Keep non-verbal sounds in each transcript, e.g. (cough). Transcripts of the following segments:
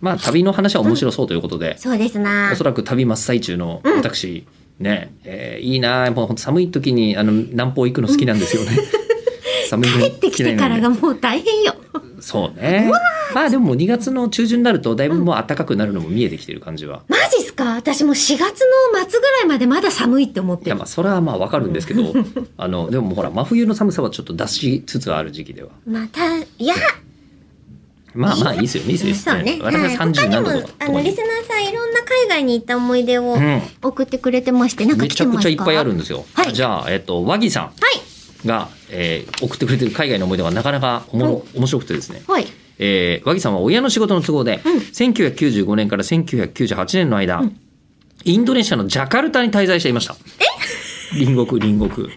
まあ旅の話は面白そうということで、そうですなおそらく旅真っ最中の私、ね、えーいいなあもうほんと寒い時にあの南方行くの好きなんですよね。 (laughs) 寒いの帰ってきて嫌かいならんでがもう大変よそうね。まあでももう2月の中旬になるとだいぶもう暖かくなるのも見えてきてる感じは。マジっすか私もう4月の末ぐらいまでまだ寒いって思っいてやるまあそれはまあわかるんですけど、 (laughs) あのでももうほら真冬の寒さはちょっと出しつつある時期では。またいやまあまあいいですよねいいですそようね、ね。私ははい、他30に何も度とか。あのリスナーさんいろんな海外に行った思い出をうん送ってくれてまして、なんかめ来ちてゃくますちかゃいっぱいあるんですよ。はいじゃあ、えっと、和木さんが、えー送ってくれてる海外の思い出がなかなかおもろ面白くてですね。はいはいえー和木さんは親の仕事の都合で、うん1995年から1998年の間、インドネシアのジャカルタに滞在していました。隣国隣国、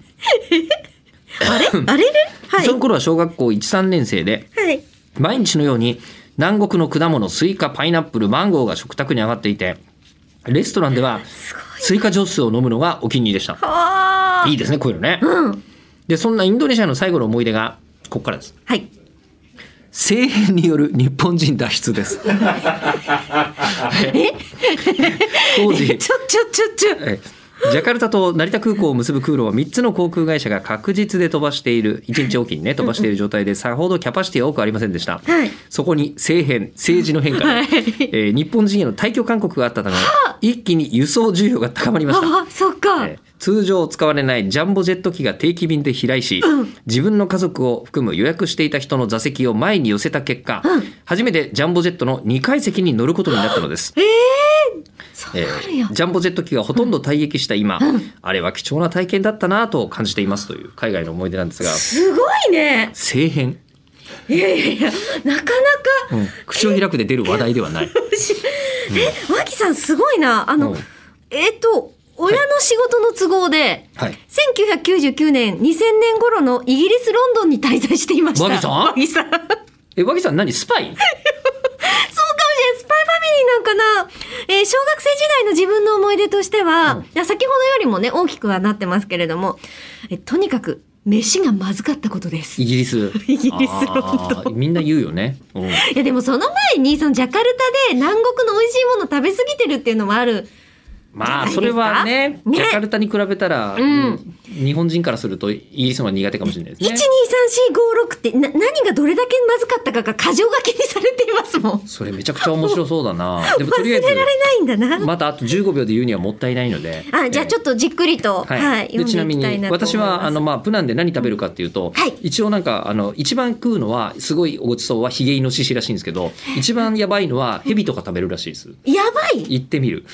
あれあれれはいその頃は小学校13年生ではい毎日のように南国の果物スイカパイナップルマンゴーが食卓に上がっていてレストランではスイカジュースを飲むのがお気に入りでしたあいいですねこういうのね、ーうんでそんなインドネシアの最後の思い出がここからですはい政変による日本人脱出です当時 (laughs) ちょちょちょちょえジャカルタと成田空港を結ぶ空路は3つの航空会社が確実で飛ばしている1日おきにね飛ばしている状態でさほどキャパシティは多くありませんでした、はいそこに政変政治の変化、はいえー日本人への退去勧告があったため一気に輸送需要が高まりましたああそっか、えー通常使われないジャンボジェット機が定期便で飛来し、自分の家族を含む予約していた人の座席を前に寄せた結果、初めてジャンボジェットの2階席に乗ることになったのです。そうえなるよー、ジャンボジェット機がほとんど退役した今、あれは貴重な体験だったなと感じていますという海外の思い出なんですがすごいね政変、いやいやいやなかなかうん口を開くで出る話題ではないえ、脇さんすごいな。あの、うんえっ、と、親の仕事の都合で、はい1999年、2000年頃のイギリス・ロンドンに滞在していました。和木さん和木さん。そうかもしれない。え和木さん何スパイスパイファミリーなんかな。えー小学生時代の自分の思い出としては、うんいや先ほどよりもね、大きくはなってますけれども、えとにかく、飯がまずかったことです。イギリス (laughs) イギリスあーみんな言うよね、うんいやでもその前に、そのジャカルタで南国の美味しいもの食べ過ぎてるっていうのもある。まあそれはねねジャカルタに比べたら、うんうん日本人からするとイギリスの方が苦手かもしれないです1、2、3、ね。 4、5、6ってな、何がどれだけまずかったかが過剰書きにされていますもん。それめちゃくちゃ面白そうだ (laughs) な。でもと忘りあれえずられないんだな。またあと15秒で言うにはもったいないので。あ、じゃあちょっっとじっくりと、はい、でち読なんみでいきたいになと思います。私はあの、まあ、プナンで何食べるかっていうと、はい一応なんかあの一番食うのはすごいごちそうはヒゲイノシシらしいんですけど一番やばいのはヘビとか食べるらしいですやばい行ってみる